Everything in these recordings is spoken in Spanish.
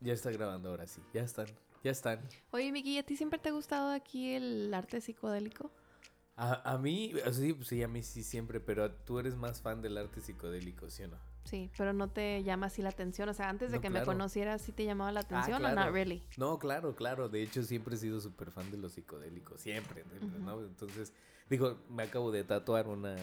Ya está grabando ahora sí. Ya están. Ya están. Oye, Miki, ¿a ti siempre te ha gustado aquí el arte psicodélico? A, a mí, sí, sí, a mí sí siempre, pero tú eres más fan del arte psicodélico, ¿sí o no? Sí, pero no te llama así la atención. O sea, antes de No, que claro. Ah, me conocieras, ¿sí te llamaba la atención claro. o not really? No, claro, claro. De hecho, siempre he sido súper fan de los psicodélicos. Siempre, de- Ujú. ¿no? Entonces, digo, me acabo de tatuar una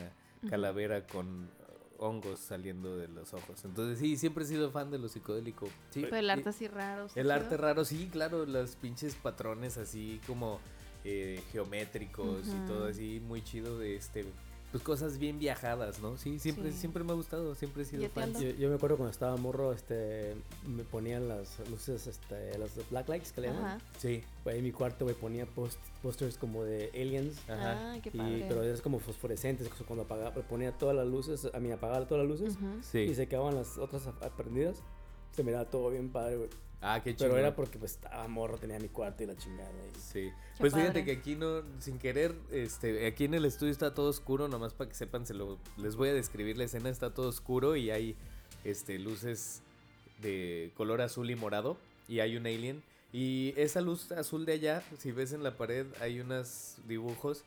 calavera con hongos saliendo de los ojos. Entonces, sí, siempre he sido fan de lo psicodélico. Sí. Pero el Eh, Y- arte así raro. ¿sí El chido? arte raro, sí, claro, los pinches patrones así como eh, geométricos y Ujú. todo así, muy chido de este, pues cosas bien viajadas, ¿no? Sí, siempre, Sí. siempre me ha gustado, siempre he ¿Y sido a ti, fan. Aldo? Yo, yo me acuerdo cuando estaba morro, este, me ponían las luces, este, las black lights que le Ajá. llaman. Pues Sí, Ahí en mi cuarto me ponía post- pósters como de aliens. ajá. Ah, qué y- padre. pero es como fosforescentes, cosa cuando apagaba, pues, ponía todas las luces, a mí apagaba todas las Pues, luces Ujú. y Sí. se quedaban las otras a- a- prendidas. Se miraba todo bien padre, güey. Ah, qué chido. Pero era porque pues estaba morro, tenía mi cuarto y la chingada. y- Sí. Pues fíjate padre. que aquí no, sin querer, este, aquí en el estudio está todo oscuro, nomás para que sepan, se lo, les voy a describir la escena, está todo oscuro y hay este, luces de color azul y morado y hay un alien. Y esa luz azul de allá, si ves en la pared, hay unos dibujos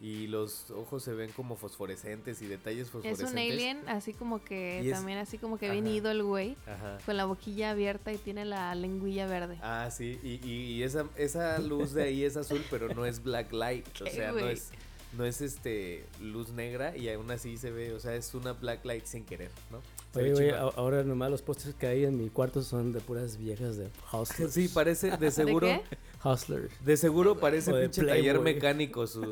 y los ojos se ven como fosforescentes y detalles Es fosforescentes. un alien, así como que Y es- también así como que Ajá. bien ido el güey, Ajá. con la boquilla abierta y tiene la lengüilla verde. Ah, sí, y, y- y esa, esa luz de ahí es azul, pero no es black light, o Qué sea, no güey. es, no es este luz negra y aún así se ve, o sea, es una black light sin querer, ¿no? Se Oye, ve güey, chingón. a- ahora nomás los pósters que hay en mi cuarto son de puras viejas de Hustlers. Sí, parece, de seguro, qué? ¿De, Hustlers. seguro parece O de pinche taller Playboy. mecánico su...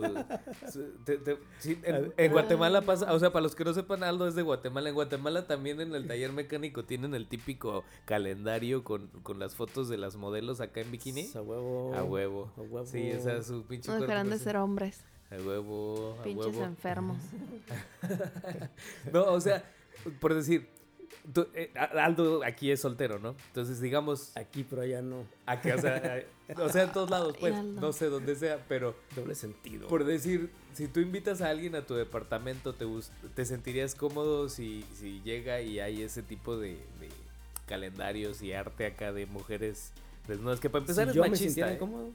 su- te- te- sí, en, Ay. en Guatemala pasa, o sea, para los que no sepan, Aldo es de Guatemala, en Guatemala también en el taller mecánico tienen el típico calendario con, con las fotos de las modelos acá en bikini. A huevo. A huevo. A huevo. Sí, o sea, su pinche No dejarán de cuerpo ser hombres, A huevo, a pinches huevo. enfermos. No, o sea, por decir, tú- eh, a- Aldo aquí es soltero, ¿no? Entonces, digamos, Aquí, pero allá no. aquí, o sea, a- o sea, en todos lados, Ay, pues, Aldo. no sé dónde sea, pero Doble sentido. por decir, si tú invitas a alguien a tu departamento, ¿te, gust- te sentirías cómodo si, si llega y hay ese tipo de, de calendarios y arte acá de mujeres desnudas? Que para Pues empezar si es yo me machista, sintiera ¿eh? cómodo,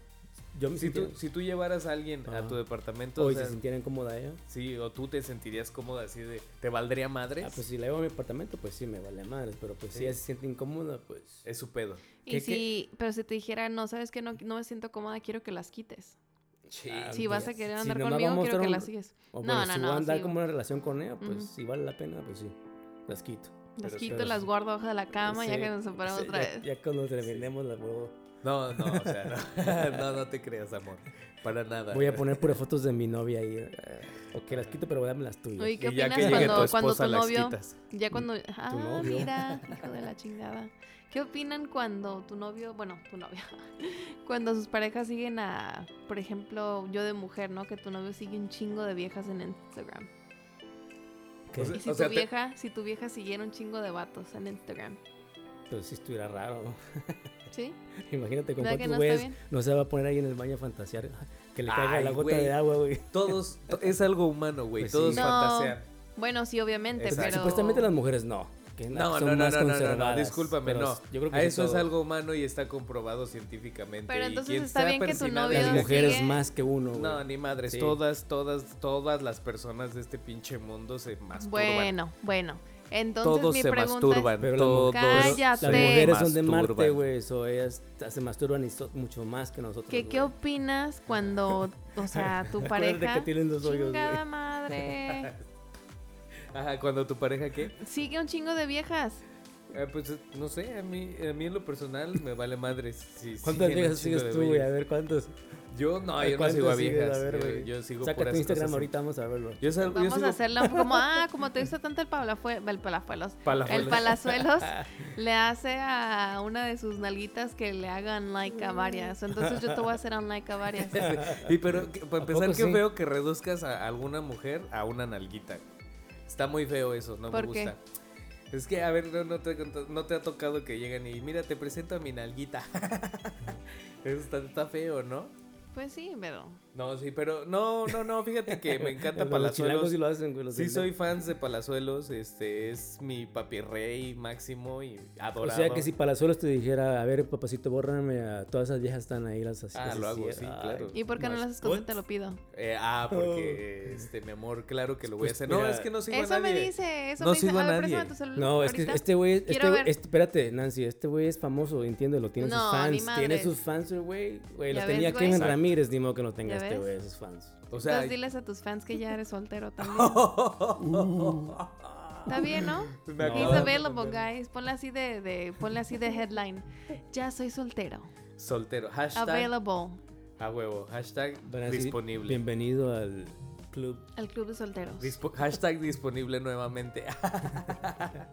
yo me Si tú, sintiera... si tú llevaras a alguien a Ajá. tu departamento, o o si se sea, sintieran cómoda ella. sí, o tú te sentirías cómoda así de, ¿te valdría madres? Ah, pues si la llevo a mi apartamento, pues sí, me vale madres. Pero pues Sí. si ella se siente incómoda, pues... Es su pedo. Y ¿Qué- si, pero si te dijera, no, sabes que no, no me siento cómoda, quiero que las quites. Ah, Si vas a querer si andar nomás conmigo, vamos a quiero que estar un- las sigues. O No, bueno, no, si no, voy a andar sí. como una relación con ella, pues Ujú. si vale la pena, pues sí. Las quito. Las Pero- quito, pero- las guardo bajo de la cama ya Sí, que nos separamos sí, otra ya- vez. Ya, cuando terminemos la vuelvo. No, no, o sea, no. no, no te creas, amor. Para nada. Voy a poner puras fotos de mi novia ahí. eh, Ok, las quito, pero dame las tuyas. Oye, ¿qué Y ya opinas que llegue cuando, tu cuando tu esposa, las novio? quitas. Ya cuando. Ah, novio. mira, hijo de la chingada. ¿Qué opinan cuando tu novio, bueno, tu novio, cuando sus parejas siguen a, por ejemplo, yo de mujer, ¿no? Que tu novio sigue un chingo de viejas en Instagram. ¿Qué? o sea- Y si tu te- vieja, si tu vieja siguiera un chingo de vatos en Instagram, Pues si estuviera raro, ¿no? ¿sí? Imagínate con ¿Verdad que cuántos no está güeyes bien? no se va a poner ahí en el baño a fantasear. Que le caiga Ay, la gota güey. de agua, güey. Todos, to- es algo humano, güey. Pues sí. Todos No, fantasean. Bueno, sí, obviamente, Exacto. pero. Este, Supuestamente las mujeres no. que No, son no, no, más no, no, no, no, conservadas, discúlpame, pero no. Yo creo que A sí eso es todo. algo humano y está comprobado científicamente. Pero y entonces quien está sea bien que tu persinado novio Las diga- mujeres sigue- más que uno, güey. No, ni madres. Sí. Todas, todas, todas las personas de este pinche mundo se masturban. Bueno, bueno. Entonces todos mi se pregunta masturban. Pero las todos mu- pero Cállate. Las mujeres son de masturban. Marte, güey. So ellas se masturban y son mucho más que nosotros. ¿Qué, ¿Qué güey. opinas cuando, o sea, tu Acuérdate pareja... que tienen dos hoyos, chingada güey. madre. Ajá, cuando tu pareja, ¿qué? Sigue un chingo de viejas. Eh, pues eh, no sé, a mí, a mí en lo personal me vale madres. Si ¿Cuántas siguen un viejas chingo sigues de tú, güey? bellas. A ver, ¿cuántos? Yo no, yo no ¿Cuántas sigo a sigues? viejas. ver, yo, güey. yo sigo Saca puras tu Instagram cosas ahorita, vamos a verlo. así. Yo, sal- yo Vamos sigo a hacerla como, ah, como te gusta tanto el palazuelos, el palazuelos. El palazuelos. palazuelos le hace a una de sus nalguitas que le hagan like a varias. Entonces yo te voy a hacer un like a varias. y pero que- para ¿A empezar, poco que sí? veo que reduzcas a alguna mujer a una nalguita. Está muy feo eso, no me ¿Por qué? gusta. Es que, a ver, no, no te, no te ha tocado que llegan y mira, te presento a mi nalguita. eso está, está feo, ¿no? Pues sí, pero No, sí, pero no, no, no, fíjate que me encanta Los chilangos Palazuelos. sí lo hacen, güey. los Sí, del- soy fans de Palazuelos, este es mi papi rey máximo y O adorado. sea que si Palazuelos te dijera, a ver, papacito, bórrame a todas esas viejas están ahí, las así. Ah, lo hago, sí, claro. ¿Y por qué no Más las escondes? Te bots. lo pido. Eh, ah, porque este mi amor, claro que lo voy a Oh. Pues hacer. no, mira, es que no sigo Eso a nadie. me dice, eso No me dice. sigo a A ver, nadie. préstame tu celular. No, es que ahorita. este güey, este, Quiero ver. este- espérate, Nancy, este güey es famoso, entiéndelo, tiene No, sus ni fans, tiene madres. sus fans, el güey, güey, ¿Ya los ves, tenía güey? Kevin Exacto. Ramírez, ni modo que no tenga ¿Ya este ves? güey, esos fans. O sea, Entonces diles a tus fans que ya eres soltero también. Está bien, ¿no? me No. acabo He's de available, acordar. guys. Ponle así de, de, ponle así de headline. Ya soy soltero. Soltero. Hashtag Available. a huevo. Hashtag Van a decir, disponible. Bienvenido al club. Al club de solteros. Dispo- hashtag disponible nuevamente.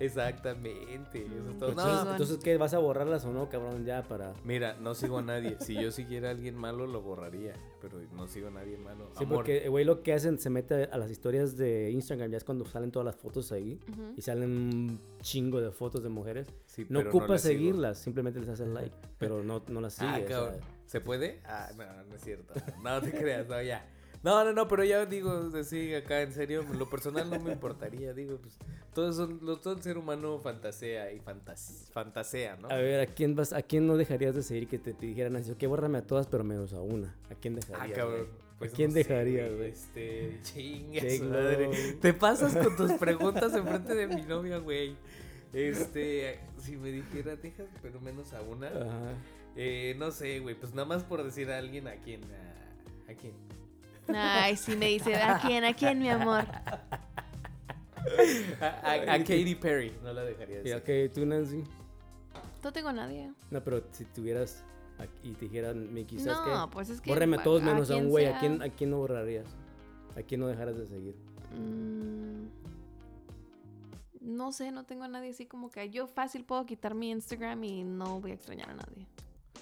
Exactamente. Eso es todo. Qué No, Entonces, chingón. entonces, ¿qué? ¿Vas a borrarlas o no, cabrón? Ya para... mira, no sigo a nadie. Si yo siguiera a alguien malo, lo borraría. Pero no sigo a nadie malo. Sí, Amor. porque, güey, lo que hacen, se mete a las historias de Instagram, ya es cuando salen todas las fotos ahí, Ujú. y salen un chingo de fotos de mujeres. Sí, No pero ocupa la sigo. seguirlas, simplemente les haces like, pero no, no las Ah, sigues. o sea, cabrón. ¿Se puede? Ah, no, no es cierto. No te creas, no, ya. No, no, no, pero ya digo, así acá, en serio, lo personal no me importaría, digo, pues, todo, son, lo- todo el ser humano fantasea y fantas- fantasea, ¿no? A ver, ¿a quién, vas, ¿a quién no dejarías de seguir que te, te dijeran así? Ok, bórrame a todas, pero menos a una. ¿A quién Ah, dejarías? cabrón. güey? Pues ¿A quién no sé, dejarías, güey? Este, chinga su Chinglo. madre. Te pasas con tus preguntas enfrente de mi novia, güey. Este, si me dijera, dejas pero menos a una. Ajá. Eh, no sé, güey, pues nada más por decir a alguien a quien, a, a quien. Ay, sí me dice, ¿a quién? ¿A quién, mi amor? A, a- a Katy Perry, no la dejaría Y, de ok, tú, Nancy. No tengo a nadie. No, pero si tuvieras aquí- y te dijeran, mi quizás No, que... pues es que. Bórrame a todos menos a quien un güey. sea. ¿A quién, ¿A quién no borrarías? ¿A quién no dejaras de seguir? Mm, No sé, no tengo a nadie así como que yo fácil puedo quitar mi Instagram y no voy a extrañar a nadie.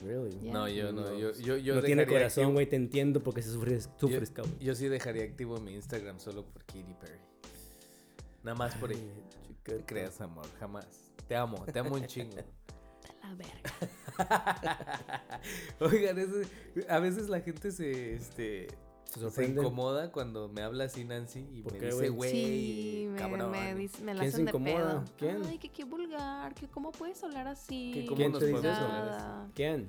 Really? Ya. No, yo no, No. yo, yo, yo no tiene dejaría corazón, activo- güey, te entiendo porque se sufres, sufres cabrón. Yo sí dejaría activo mi Instagram solo por Katy Perry. Nada más por ella. Ay, No chiquito. te creas, amor, jamás. Te amo, te amo un chingo. A la verga. Oigan, eso- a veces la gente se, este, Se se sorprenden. incomoda cuando me habla así Nancy y ¿Por me qué, dice, güey? güey, sí, me, cabrón. me, dice- me la ¿Quién se hacen de pedo. incomoda? ¿Quién? Ay, que qué vulgar, que cómo puedes hablar así. Que cómo ¿Quién nos te dice podemos eso? hablar así. Nada. ¿Quién?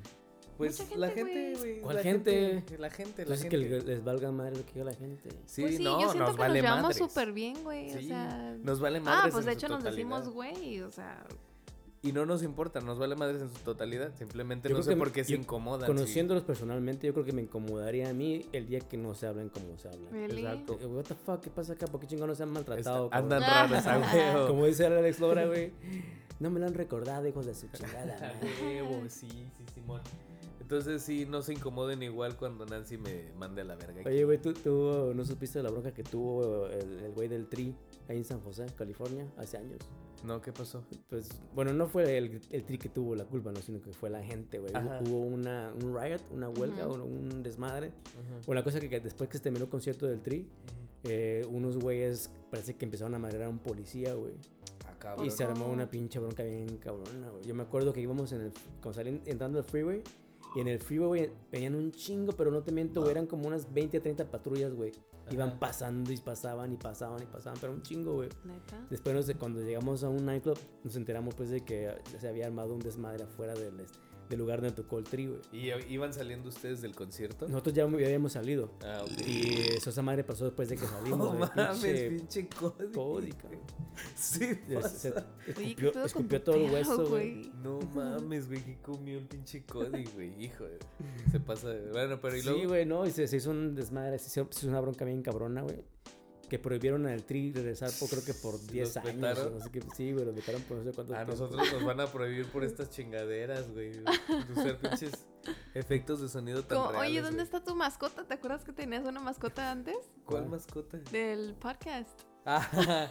Pues Mucha la gente, gente, güey. güey. ¿Cuál la gente? La gente, la Entonces que gente. les les valga madre lo que diga la gente. Sí, pues sí, no, yo siento nos que vale nos llevamos madres. súper bien, güey. o Sí, sea, nos vale madres. ah, en pues de su hecho nos decimos totalidad. güey, o sea, Y no nos importa, nos vale madres en su totalidad. Simplemente Yo no creo sé que por me- qué se yo- incomodan. Conociéndolos personalmente, yo creo que me incomodaría a mí el día que no se hablen como se hablan. really. Exacto. Eh, What the fuck, ¿qué pasa acá? ¿Por qué chingados no se han sí. maltratado? Está- cabrón? Andan raros, a Ah, huevo. Como dice el Alex Lora, güey. No me lo han recordado, hijos de su chingada. A madre. huevo, sí, sí, Simón. Entonces sí, no se incomoden igual cuando Nancy me mande a la verga. aquí. Oye, güey, ¿tú, tú no supiste la bronca que tuvo el el güey del Tri ahí en San José, California, hace años. No, ¿qué pasó? Pues, bueno, no fue el, el Tri que tuvo la culpa, no, sino que fue la gente, güey. Ajá. Hubo una, un riot, una huelga, un, un desmadre. Bueno, la cosa que, que después que se terminó el concierto del Tri, eh, unos güeyes parece que empezaron a madrear a un policía, güey. Acá, Y se armó no. una pinche bronca bien cabrona, güey. Yo me acuerdo que íbamos en el, cuando salían entrando al freeway. Y en el freeway, güey, venían un chingo, pero no te miento, güey, eran como unas 20 a 30 patrullas, güey. Iban Ajá. pasando y pasaban y pasaban y pasaban, pero un chingo, güey. Neta. Después, nos- cuando llegamos a un nightclub, nos enteramos, pues, de que se había armado un desmadre afuera del, este- del lugar donde tocó el tri, güey. ¿Y iban saliendo ustedes del concierto? Nosotros ya habíamos salido. Ah, ok. Y eso, esa madre pasó después de que salimos. No güey, mames, pinche pinche Cody. códica. Sí, Se- pasa. se- Oye, escupió, ¿qué pedo con escupió tu todo el pelo, hueso, güey. No mames, güey, que comió el pinche Cody, güey. Hijo, de- se pasa de... Bueno, pero y luego... Sí, güey, no, y se, se hizo un desmadre, se hizo, se hizo una bronca bien cabrona, güey. Que prohibieron al Tri regresar, por, creo que por 10 años. vetaron? o no sé qué- sí, güey, lo vetaron por no sé cuánto A tiempo. nosotros nos van a prohibir por estas chingaderas, güey. de Usar pinches efectos de sonido tan Como, reales. Oye, ¿dónde güey. está tu mascota? ¿Te acuerdas que tenías una mascota antes Ah. ¿Cuál mascota? del podcast? Ah,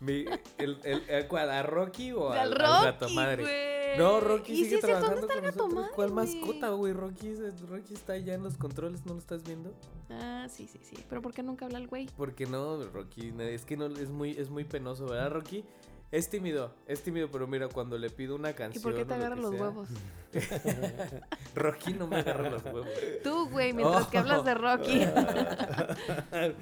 mi, el, el, el- ¿Cuál? ¿A Rocky o al, Del al gato Rocky, madre? güey. No, Rocky ¿Y sigue si es cierto? trabajando ¿Dónde está el con gato nosotros. madre? ¿Cuál güey? mascota, güey? Rocky, es- Rocky está allá en los controles, ¿no lo estás viendo? Ah, sí, sí, sí. Pero ¿por qué nunca habla el güey? Porque no, Rocky, no, es que no, es muy, es muy penoso, ¿verdad, Rocky? Es tímido, es tímido, pero mira, cuando le pido una ¿Y canción. por qué te o Pues lo agarran que los sea, huevos? Rocky no me agarra los huevos. Tú, güey, mientras que hablas de Rocky.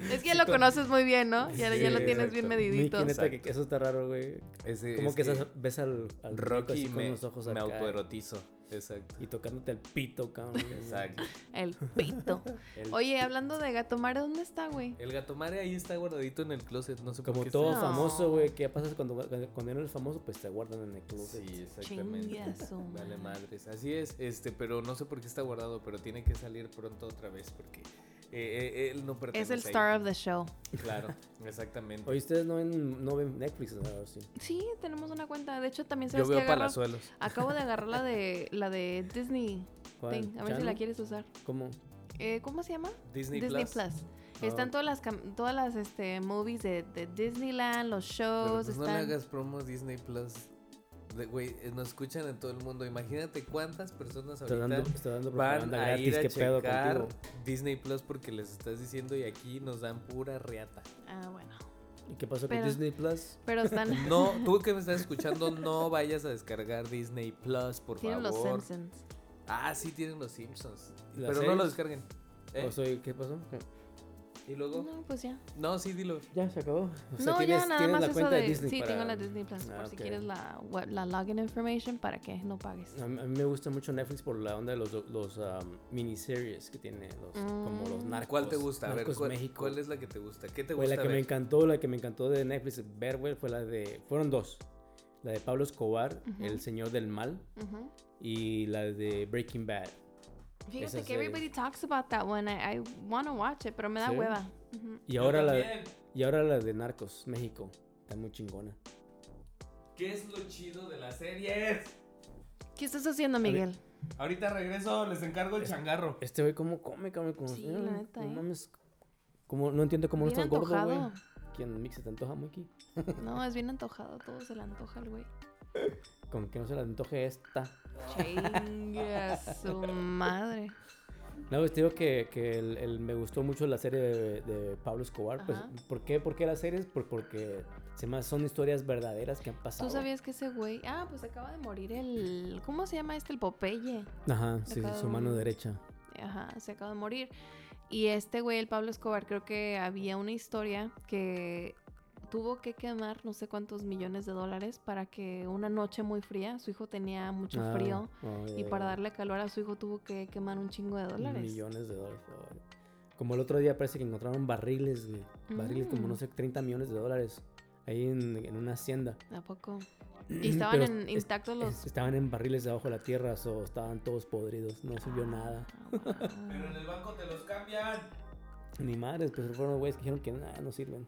es que ya lo conoces muy bien, ¿no? Ya, ya Sí, lo tienes bien exacto. medidito. Mickey, neta, que Exacto. eso está raro, güey. Ese- Como es que, esas- ves al, al muñeco Rocky así con me, los ojos me acá autoerotizo. Exacto. y tocándote el pito, cabrón. Exacto. El pito. El- Oye, hablando de Gato Mara, ¿dónde está, güey? El gato mare ahí está guardadito en el closet, no sé Como por qué. todo está- No. famoso, güey. ¿Qué pasa cuando, cuando eres famoso? Pues te guardan en el club. Sí, exactamente. Chingue a su Vale madre. madres. Así es, este, pero no sé por qué está guardado, pero tiene que salir pronto otra vez porque eh, eh, él no pertenece. Es el ahí. star of the show. Claro, exactamente. Oye, ustedes no ven, no ven Netflix, ¿no? Sí. Sí, tenemos una cuenta. De hecho, también Yo sabes que veo agarra... palazuelos. Acabo de agarrar la de la de Disney. ¿Cuál? Thing. A ver si ¿Channel? la quieres usar. ¿Cómo? Eh, ¿Cómo se llama? Disney, Disney Plus. Ah, Plus. Están todas las cam- todas las este movies de, de Disneyland, los Pero, shows, pues, no le están. hagas promos Disney Plus. De- Güey, eh, nos escuchan en todo el mundo. Imagínate cuántas personas Estoy ahorita dando, estoy dando van propaganda a gratis. ir a ¿Qué pedo checar contigo? Disney Plus porque les estás diciendo y aquí nos dan pura reata. Ah, bueno. ¿Y qué pasó Pero- con Disney Plus? Pero están No, tú que me estás escuchando, no vayas a descargar Disney Plus, por tienen los favor. Simpsons. ah, sí tienen los Simpsons. ¿Las Pero no lo series? Pues, descarguen. ¿eh? O soy- ¿Qué pasó? Y luego, No, pues ya. no, sí dilo. Ya se acabó. O sea, no, tienes- ya nada tienes más la eso cuenta de, de Disney sí, para- tengo la Disney Plus Ah, por si ok. quieres la web- la login information para que no pagues. A mí a mí me gusta mucho Netflix por la onda de los, do- los um, miniseries que tiene, los, como los Mm. narcos. ¿Cuál te gusta? A ver, Narcos ¿cuál, México. cuál es la que te gusta? ¿Qué te Güey, gusta? la que me ver? encantó, la que me encantó de Netflix ver, güey, fue la de... Fueron dos. La de Pablo Escobar, Ujú. El Señor del Mal, Ujú. y la de Breaking Bad. Fíjate Esa que serie. everybody talks about that one. I, I want to watch it, pero me da ¿Sí? hueva. Ujú. Y ahora, la, y ahora la de Narcos, México. Está muy chingona. ¿Qué es lo chido de las series? ¿Qué estás haciendo, Miguel? Ahorita regreso, les encargo el changarro. Este güey cómo come, cabrón. Como, Sí, eh, la neta, no eh. mames, como- no entiendo cómo no Bien estás gordo, güey. antojado. ¿Quién Mix se te antoja, Mikey? No, es bien antojado, todo se le antoja al güey. Como que no se le antoje esta. Chingue a su madre. No, pues te digo que, que el, el- me gustó mucho la serie de, de Pablo Escobar. Pues, Ajá. ¿por, qué, ¿Por qué las series? Por- porque se me, son historias verdaderas que han pasado. ¿Tú sabías que ese güey? Ah, pues acaba de morir el. ¿Cómo se llama este? El Popeye. Ajá, sí, Acaba su mano un- derecha. Ajá, se acaba de morir. Y este güey, el Pablo Escobar, creo que había una historia que tuvo que quemar no sé cuántos millones de dólares para que una noche muy fría, su hijo tenía mucho Ah, frío. oh, ya, Y ya, para ya. darle calor a su hijo tuvo que quemar un chingo de dólares. Millones de dólares. oh. Como el otro día parece que encontraron barriles, güey. Barriles como, Mm. no sé, 30 millones de dólares. Ahí en, en una hacienda. ¿A poco? Y estaban Pero en- es- intactos los... es- estaban en barriles debajo de la tierra, so, estaban todos podridos. No sirvió nada. Ah, wow. el banco te los cambian. Ni madres, pues fueron los güeyes que dijeron que nada, no sirven.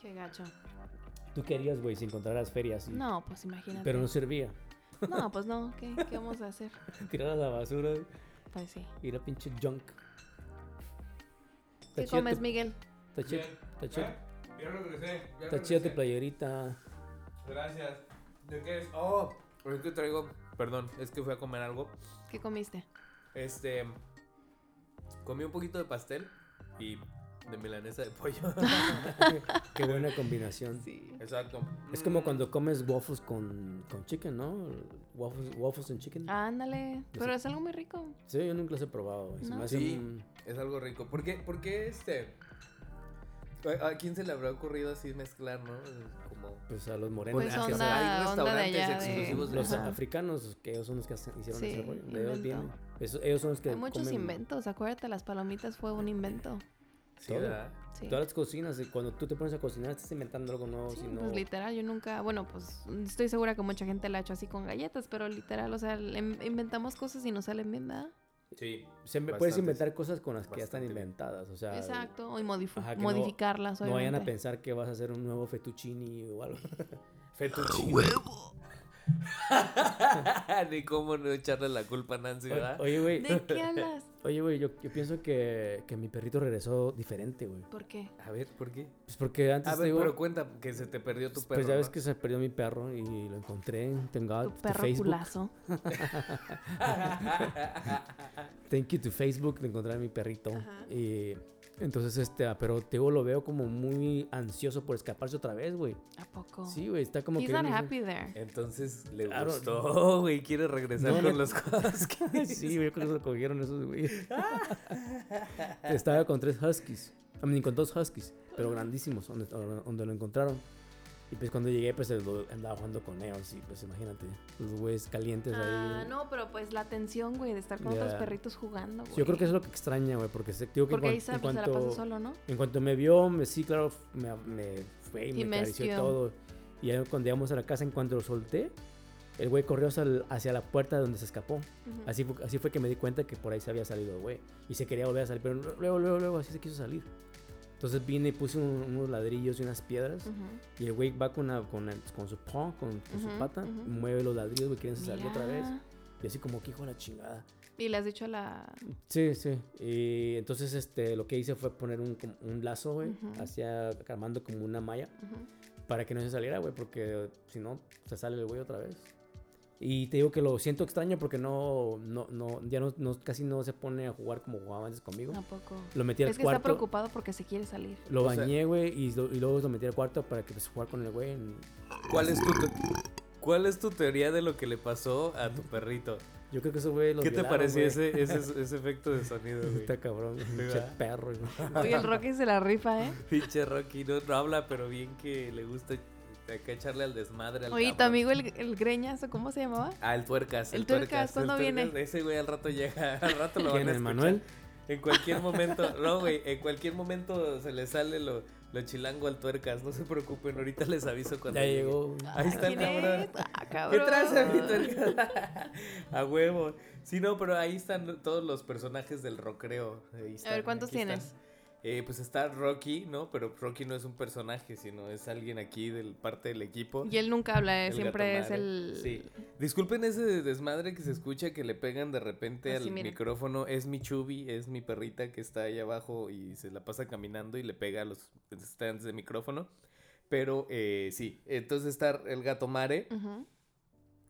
Qué gacho. Tú querías, güey, si encontraras ferias. y- No, pues imagínate. Pero no servía. No, pues no, ¿qué, qué vamos a hacer? Tirar a la basura Pues sí. y la pinche junk. Está ¿Qué chido comes, tu- Miguel? Está chido, está chido, Ya regresé. está chida tu playerita. Gracias. ¿De qué es? Oh, es que traigo. Perdón, es que fui a comer algo. ¿Qué comiste? Este. Comí un poquito de pastel y de milanesa de pollo. Qué buena combinación. Sí. Exacto. Mm, Es como cuando comes waffles con, con chicken, ¿no? Waffles, waffles and Ah. chicken. Ándale. Pero es algo muy rico. Sí, yo nunca los he probado. güey. Se me No. hace Sí. un- Es algo rico. ¿Por qué, por qué este? ¿A- ¿A quién se le habrá ocurrido así mezclar, no? Como. pues a los morenos. Pues que hacen- onda- hay onda de restaurantes allá de- exclusivos de, los Ajá. africanos, que ellos son los que hacen- hicieron Sí, ese rollo. De ellos invento. vienen. Eso- ellos son los que Hay muchos comen inventos. Acuérdate, las palomitas fue un invento. Sí, todo. ¿verdad? Sí. Todas las cocinas, y cuando tú te pones a cocinar, estás inventando algo nuevo. Sí, si no- pues literal, yo nunca, bueno, pues estoy segura que mucha gente la ha hecho así con galletas, pero literal, o sea, le- inventamos cosas y no salen bien, ¿verdad? Sí. Siempre Bastantes. puedes inventar cosas con las que ya están Bastante. inventadas. O sea, Exacto, y modifi- Ajá, que no- modificarlas. no vayan a obviamente. pensar que vas a hacer un nuevo fettuccini o algo. Fettuccine. Ni cómo no echarle la culpa a Nancy, ¿verdad? Oye, güey. ¿De qué hablas? Oye, güey, yo, yo pienso que, que mi perrito regresó diferente, güey. ¿Por qué? A ver, ¿por qué? Pues porque antes A ver, digo, Ah, pero cuenta que se te perdió tu pues perro. ya ves ¿no? que se perdió mi perro y lo encontré en tengo Tu perro Ah, Facebook. culazo. Thank you to Facebook, de encontrar a mi perrito. Ajá. Y Entonces, este, ah, pero Teo lo veo como muy ansioso por escaparse otra vez, güey. ¿A poco? Sí, güey, está como Oh. He's que. not no sé. happy there. Entonces le Claro. gustó, güey. Quiere regresar No, con no. los cosas que Sí, güey, yo creo que se lo cogieron esos, güey. Estaba con tres huskies. A mí con dos huskies, pero grandísimos, donde, donde lo encontraron. Y pues cuando llegué, pues el do- andaba jugando con ellos. Y pues imagínate, los güeyes calientes Ah, ahí. no, pero pues la tensión, güey, de estar con otros Ya. perritos jugando, güey. Sí, yo creo que eso es lo que extraña, güey, porque se, digo que Porque en ahí cuan- se, en pues, se la pasa cuanto- solo, ¿no? En cuanto me vio, me, sí, claro, me, me fue y me Y me acarició esquió. todo. Y ahí cuando llegamos a la casa, en cuanto lo solté, el güey corrió hacia, el- hacia la puerta donde se escapó. Ujú. Así fue, así fue que me di cuenta que por ahí se había salido, el güey. Y se quería volver a salir, pero luego, luego, luego, así se quiso salir. Entonces vine y puse un- unos ladrillos y unas piedras. Ujú. Y el güey va con, la- con, el- con su paw, con, con su Ujú, pata, ujú. mueve los ladrillos, güey, quieren salir otra vez. Mira. Y así como que hijo de la chingada. Y le has dicho a la... Sí, sí. Y entonces este, lo que hice fue poner un, como un lazo, güey, Ujú. hacia, armando como una malla Ujú. para que no se saliera, güey, porque si no, se sale el güey otra vez. Y te digo que lo siento extraño porque no, no, no, ya no, no- casi no se pone a jugar como jugaba antes conmigo. ¿A poco? Lo metí al Es que está cuarto, preocupado porque se quiere salir. lo O sea- bañé, güey, y, lo- y luego lo metí al cuarto para que pues, jugar con el güey. en- ¿Cuál es tu te- ¿Cuál es tu teoría de lo que le pasó a tu perrito? Yo creo que eso, güey, lo ¿Qué te violaron, pareció güey. ese, ese, ese efecto de sonido, güey? Está cabrón, pinche ¿verdad? perro, güey. Oye, el Rocky se la rifa, ¿eh? Pinche Rocky no, no habla, pero bien que le gusta acá echarle al desmadre al Oye, tu cabrón. amigo el, el greñazo, ¿cómo se llamaba? Ah, el tuercas. El tuercas, ¿cuándo el tuercas. viene? Ese güey al rato llega, al rato lo van ¿Quién, a el escuchar. Manuel? En cualquier momento, no, güey, en cualquier momento se le sale lo, lo chilango al tuercas. No se preocupen, ahorita les aviso cuando Ya llegue. llegó. güey. Ahí está el ¿Quién cabrón. es? Ah, ¿Qué cabrón. traza, mi tuercas? A huevo. Sí, no, pero ahí están todos los personajes del rockreo. Ahí A ver, están, ¿cuántos aquí están. tienes? Eh, pues está Rocky, ¿no? Pero Rocky no es un personaje, sino es alguien aquí del parte del equipo. Y él nunca habla, eh, El siempre gato es madre. el... Sí. Disculpen ese desmadre que se escucha que le pegan de repente Así, al mira. micrófono. Es mi Chubby, es mi perrita que está ahí abajo y se la pasa caminando y le pega a los stands de micrófono. Pero eh, sí, entonces está el gato Mare, Ujú.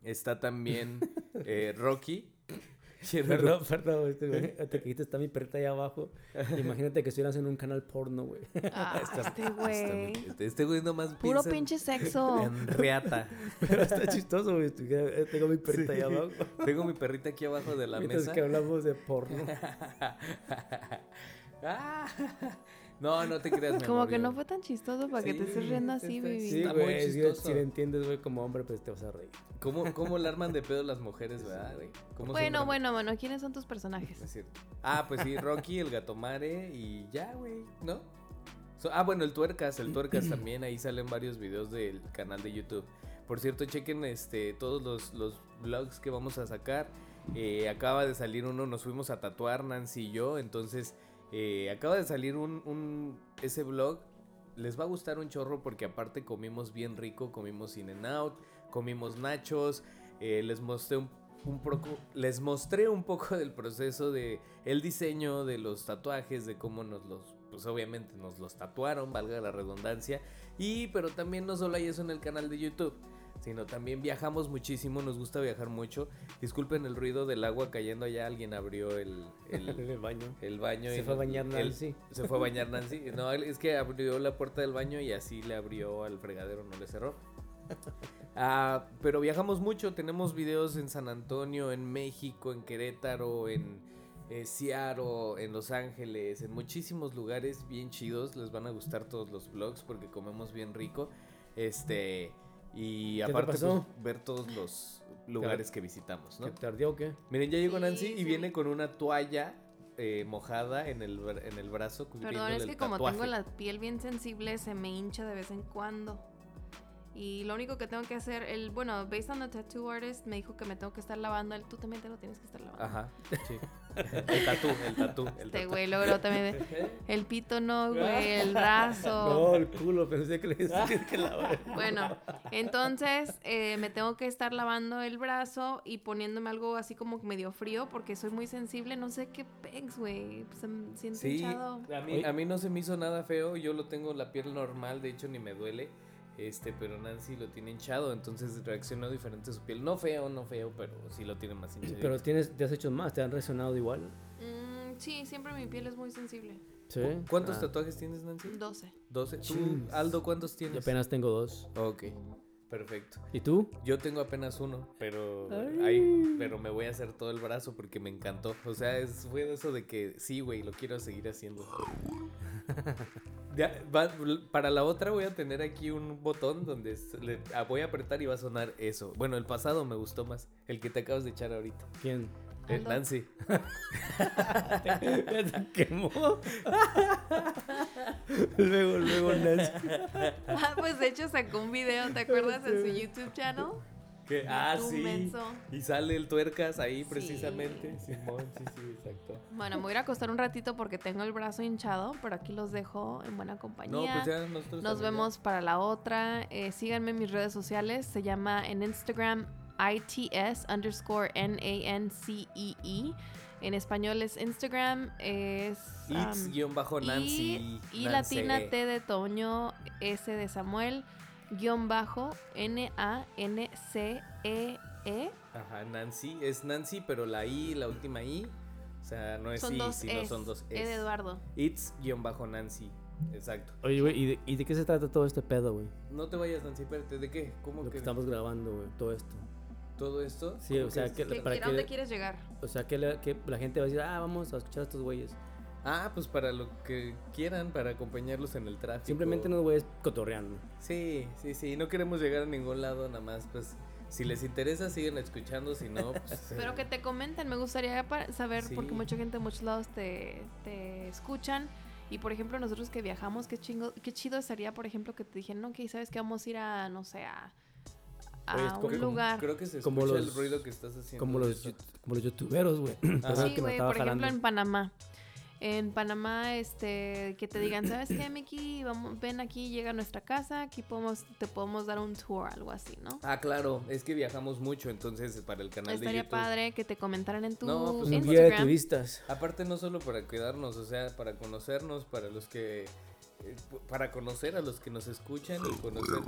está también eh, Rocky. Y el Perdón, perdón, este, güey. Ahorita que dijiste, está mi perrita ahí abajo. Imagínate que estuvieras en un canal porno, güey. Ah, Está- este güey. Este- Este güey nomás Puro piensa en- pinche sexo. en reata. Pero está chistoso, güey. estuviera- eh, Tengo mi perrita ahí Sí. abajo. Tengo mi perrita aquí abajo de la Mientras mesa. que hablamos de porno. Ah, no, no te creas. me Como que movió. no fue tan chistoso para que te estés Sí, riendo así, está- baby. Sí, Está muy güey. Si, chistoso. si lo entiendes, güey, como hombre, pues te vas a reír. ¿Cómo, cómo le arman de pedo las mujeres, verdad, güey? ¿Cómo son Bueno, tan- bueno, bueno, ¿quiénes son tus personajes? Es cierto. Ah, pues sí, Rocky, el gatomare y ya, güey, ¿no? So- ah, bueno, el tuercas, el tuercas también, ahí salen varios videos del canal de YouTube. Por cierto, chequen este, todos los, los vlogs que vamos a sacar. Eh, acaba de salir uno, nos fuimos a tatuar, Nancy y yo, entonces eh, acaba de salir un, un- ese vlog. Les va a gustar un chorro porque aparte comimos bien rico, comimos in and out, comimos nachos, eh, les mostré un, un poco, les mostré un poco del proceso de el diseño de los tatuajes, de cómo nos los, pues obviamente nos los tatuaron, valga la redundancia. Y pero también no solo hay eso en el canal de YouTube, sino también viajamos muchísimo, nos gusta viajar mucho. Disculpen el ruido del agua cayendo allá, alguien abrió el, En el, el baño. el baño. Se y fue a nos- bañar el- Nancy. se fue a bañar Nancy. No, él- es que abrió la puerta del baño y así le abrió al fregadero, no le cerró. Ah, pero viajamos mucho, tenemos videos en San Antonio, en México, en Querétaro, en eh, Seattle, en Los Ángeles, en muchísimos lugares bien chidos. Les van a gustar todos los vlogs porque comemos bien rico. Este, y ¿Qué te aparte, pasó? pues, ver todos los lugares que visitamos, ¿no? ¿Te ardió o qué? Miren, ya llegó Sí, Nancy y sí. viene con una toalla eh, mojada en el, bra- en el brazo. Perdón, cubriéndole es el que como tatuaje. tengo la piel bien sensible, se me hincha de vez en cuando. Y lo único que tengo que hacer, el, bueno, based on the tattoo artist, me dijo que me tengo que estar lavando. El, tú también te lo tienes que estar lavando. Ajá, sí. El tatú, el tatú. El Este tatú. güey logró también. El pito no, güey, el brazo. No, el culo. Pensé que le decías que lavar. Bueno, entonces eh, me tengo que estar lavando el brazo y poniéndome algo así como medio frío porque soy muy sensible. No sé qué pex, güey. Se me siento Sí, hinchado. a mí, a mí no se me hizo nada feo. Yo lo tengo la piel normal, de hecho ni me duele. Este, pero Nancy lo tiene hinchado, entonces reaccionó diferente su piel. No feo, no feo, pero sí lo tiene más hinchado. Pero tienes, te has hecho más. Te han resonado igual. Mm, sí, siempre mi piel es muy sensible. Sí. ¿Cu- ¿Cuántos Ah, tatuajes tienes, Nancy? 12. 12. ¿Tú, Chis. Aldo, cuántos Yo tienes? apenas tengo dos. Ok, perfecto. ¿Y tú? Yo tengo apenas uno, pero Ay. ay, pero me voy a hacer todo el brazo porque me encantó. O sea, es, fue de eso de que sí, güey, lo quiero seguir haciendo. Ya, va- para la otra voy a tener aquí un botón donde s- le- ah, voy a apretar y va a sonar eso. Bueno, el pasado me gustó más, el que te acabas de echar ahorita. ¿Quién? Eh, Aldo. Nancy. Ya se quemó. luego, luego, Nancy. Ah, pues de hecho sacó un video, ¿te acuerdas? En su YouTube channel. que- ah, Tú, sí. menso. Y sale el tuercas ahí Sí. precisamente. Simón, sí, sí, exacto. Bueno, me voy a ir a acostar un ratito porque tengo el brazo hinchado, pero aquí los dejo en buena compañía. No, pues ya nosotros. Nos también ya. vemos para la otra. Eh, síganme en mis redes sociales. Se llama en Instagram ITS underscore N-A-N-C-E-E. E En español es Instagram. Es. um, It's-Nancy. y, Nancy. y E. latina T de Toño, S de Samuel, guión bajo, N-A-N-C-E-E. Ajá, Nancy. Es Nancy, pero la I, la última I. O sea, Pues no es son I, dos sino Es, son dos E de Es. Eduardo. It's-Nancy. Exacto. Oye, güey, ¿y de, y de qué se trata todo este pedo, güey? No te vayas, Nancy, espérate. ¿De qué? ¿Cómo Lo que que estamos grabando, güey, todo esto. todo esto? Sí, ¿Cómo o sea, es? que- ¿Qué- para ¿A dónde que- quieres llegar? O sea, que la, que la gente va a decir, ah, vamos a escuchar a estos güeyes. Ah, pues para lo que quieran, para acompañarlos en el tráfico. Simplemente unos güeyes cotorreando. Sí, sí, sí. No queremos llegar a ningún lado, nada más. Pues si les interesa, siguen escuchando. Si no, pues. Pero que te comenten, me gustaría pa- saber, porque Sí. mucha gente de muchos lados te, te escuchan. Y por ejemplo, nosotros que viajamos, qué, chingo, qué chido sería, por ejemplo, que te dijeran, ok, sabes que vamos a ir a, no sé, a, a Oye, es como- un lugar. Creo que se escucha Como el los- ruido que estás haciendo. Como los, Eso. yu- como los youtuberos, güey. Ajá. Ah, Sí, Perdón que me güey, estaba por jalando. ejemplo en Panamá. En Panamá, este, que te digan, ¿sabes qué, Miki? Vamos, ven aquí, llega a nuestra casa, aquí podemos, te podemos dar un tour, algo así, ¿no? Ah, claro, es que viajamos mucho, entonces para el canal de Estaría YouTube. padre que te comentaran en tu No, pues, Un guía de Instagram. turistas. Aparte no solo para quedarnos, o sea, para conocernos, para los que eh, para conocer a los que nos escuchan y conocer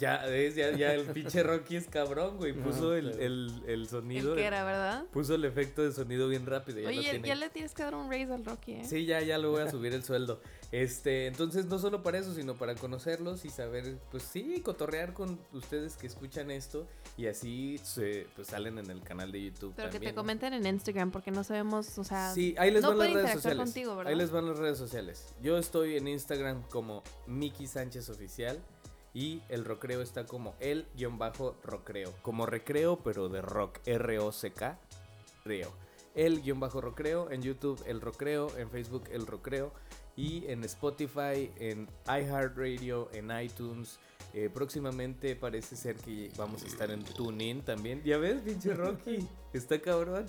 ya es ya, ya el pinche Rocky es cabrón, güey, puso Ah, el, claro. el, el sonido el que era, ¿verdad? puso el efecto de sonido bien rápido, ya lo Oye, tiene. ya le tienes que dar un raise al Rocky, ¿eh? Sí, ya, ya le voy a subir el sueldo. Este, entonces no solo para eso, sino para conocerlos y saber, pues sí, cotorrear con ustedes que escuchan esto y así se, pues salen en el canal de YouTube. Pero que también, te ¿no? comenten en Instagram, porque no sabemos, o sea... Sí, ahí les no van las pueden redes interactuar sociales. contigo, ¿verdad? ahí les van las redes sociales. Yo estoy en Instagram como Miki Sánchez Oficial y el recreo está como el guión bajo recreo. Como recreo, pero de rock. R-O-C-K. Reo. El guión bajo recreo. En YouTube, el recreo. En Facebook, el recreo. Y en Spotify, en iHeartRadio, en iTunes. Eh, próximamente parece ser que vamos a estar en TuneIn también. Ya ves, pinche Rocky. Está cabrón.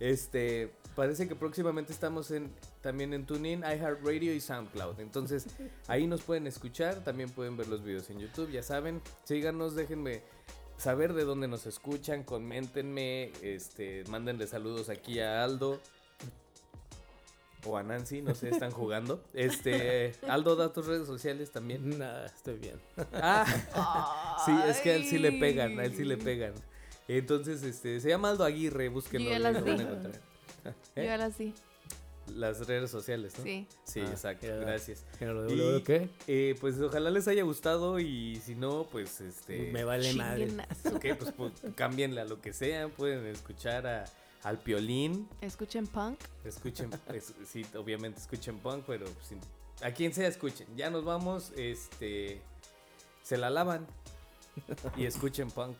Este, parece que próximamente estamos en también en TuneIn, iHeartRadio y SoundCloud. Entonces, ahí nos pueden escuchar, también pueden ver los videos en YouTube, ya saben. Síganos, déjenme saber de dónde nos escuchan, coméntenme, este, mándenle saludos aquí a Aldo o a Nancy, no sé, están jugando. Este, Aldo da tus redes sociales también. Nada, estoy bien. Ah, sí, es que a él sí le pegan, a él sí le Ay. pegan. Entonces, este, se llama Aldo Aguirre, búsquenlo. Yo ya y las lo van a di. encontrar. Yo ¿Eh? ahora sí, Las redes sociales, ¿no? sí. Sí, Ah, exacto. ya. Gracias. Pero lo Y- luego, ¿qué? Eh, pues ojalá les haya gustado y si no, pues este... Me vale madre. Chinguen a su- ¿qué? Pues, pues, cámbienle a lo que sea. Pueden escuchar a, al Piolín. Escuchen punk. Escuchen, pues, sí, obviamente escuchen punk, pero pues, sin- a quien sea escuchen. Ya nos vamos, este... Se la lavan y escuchen punk.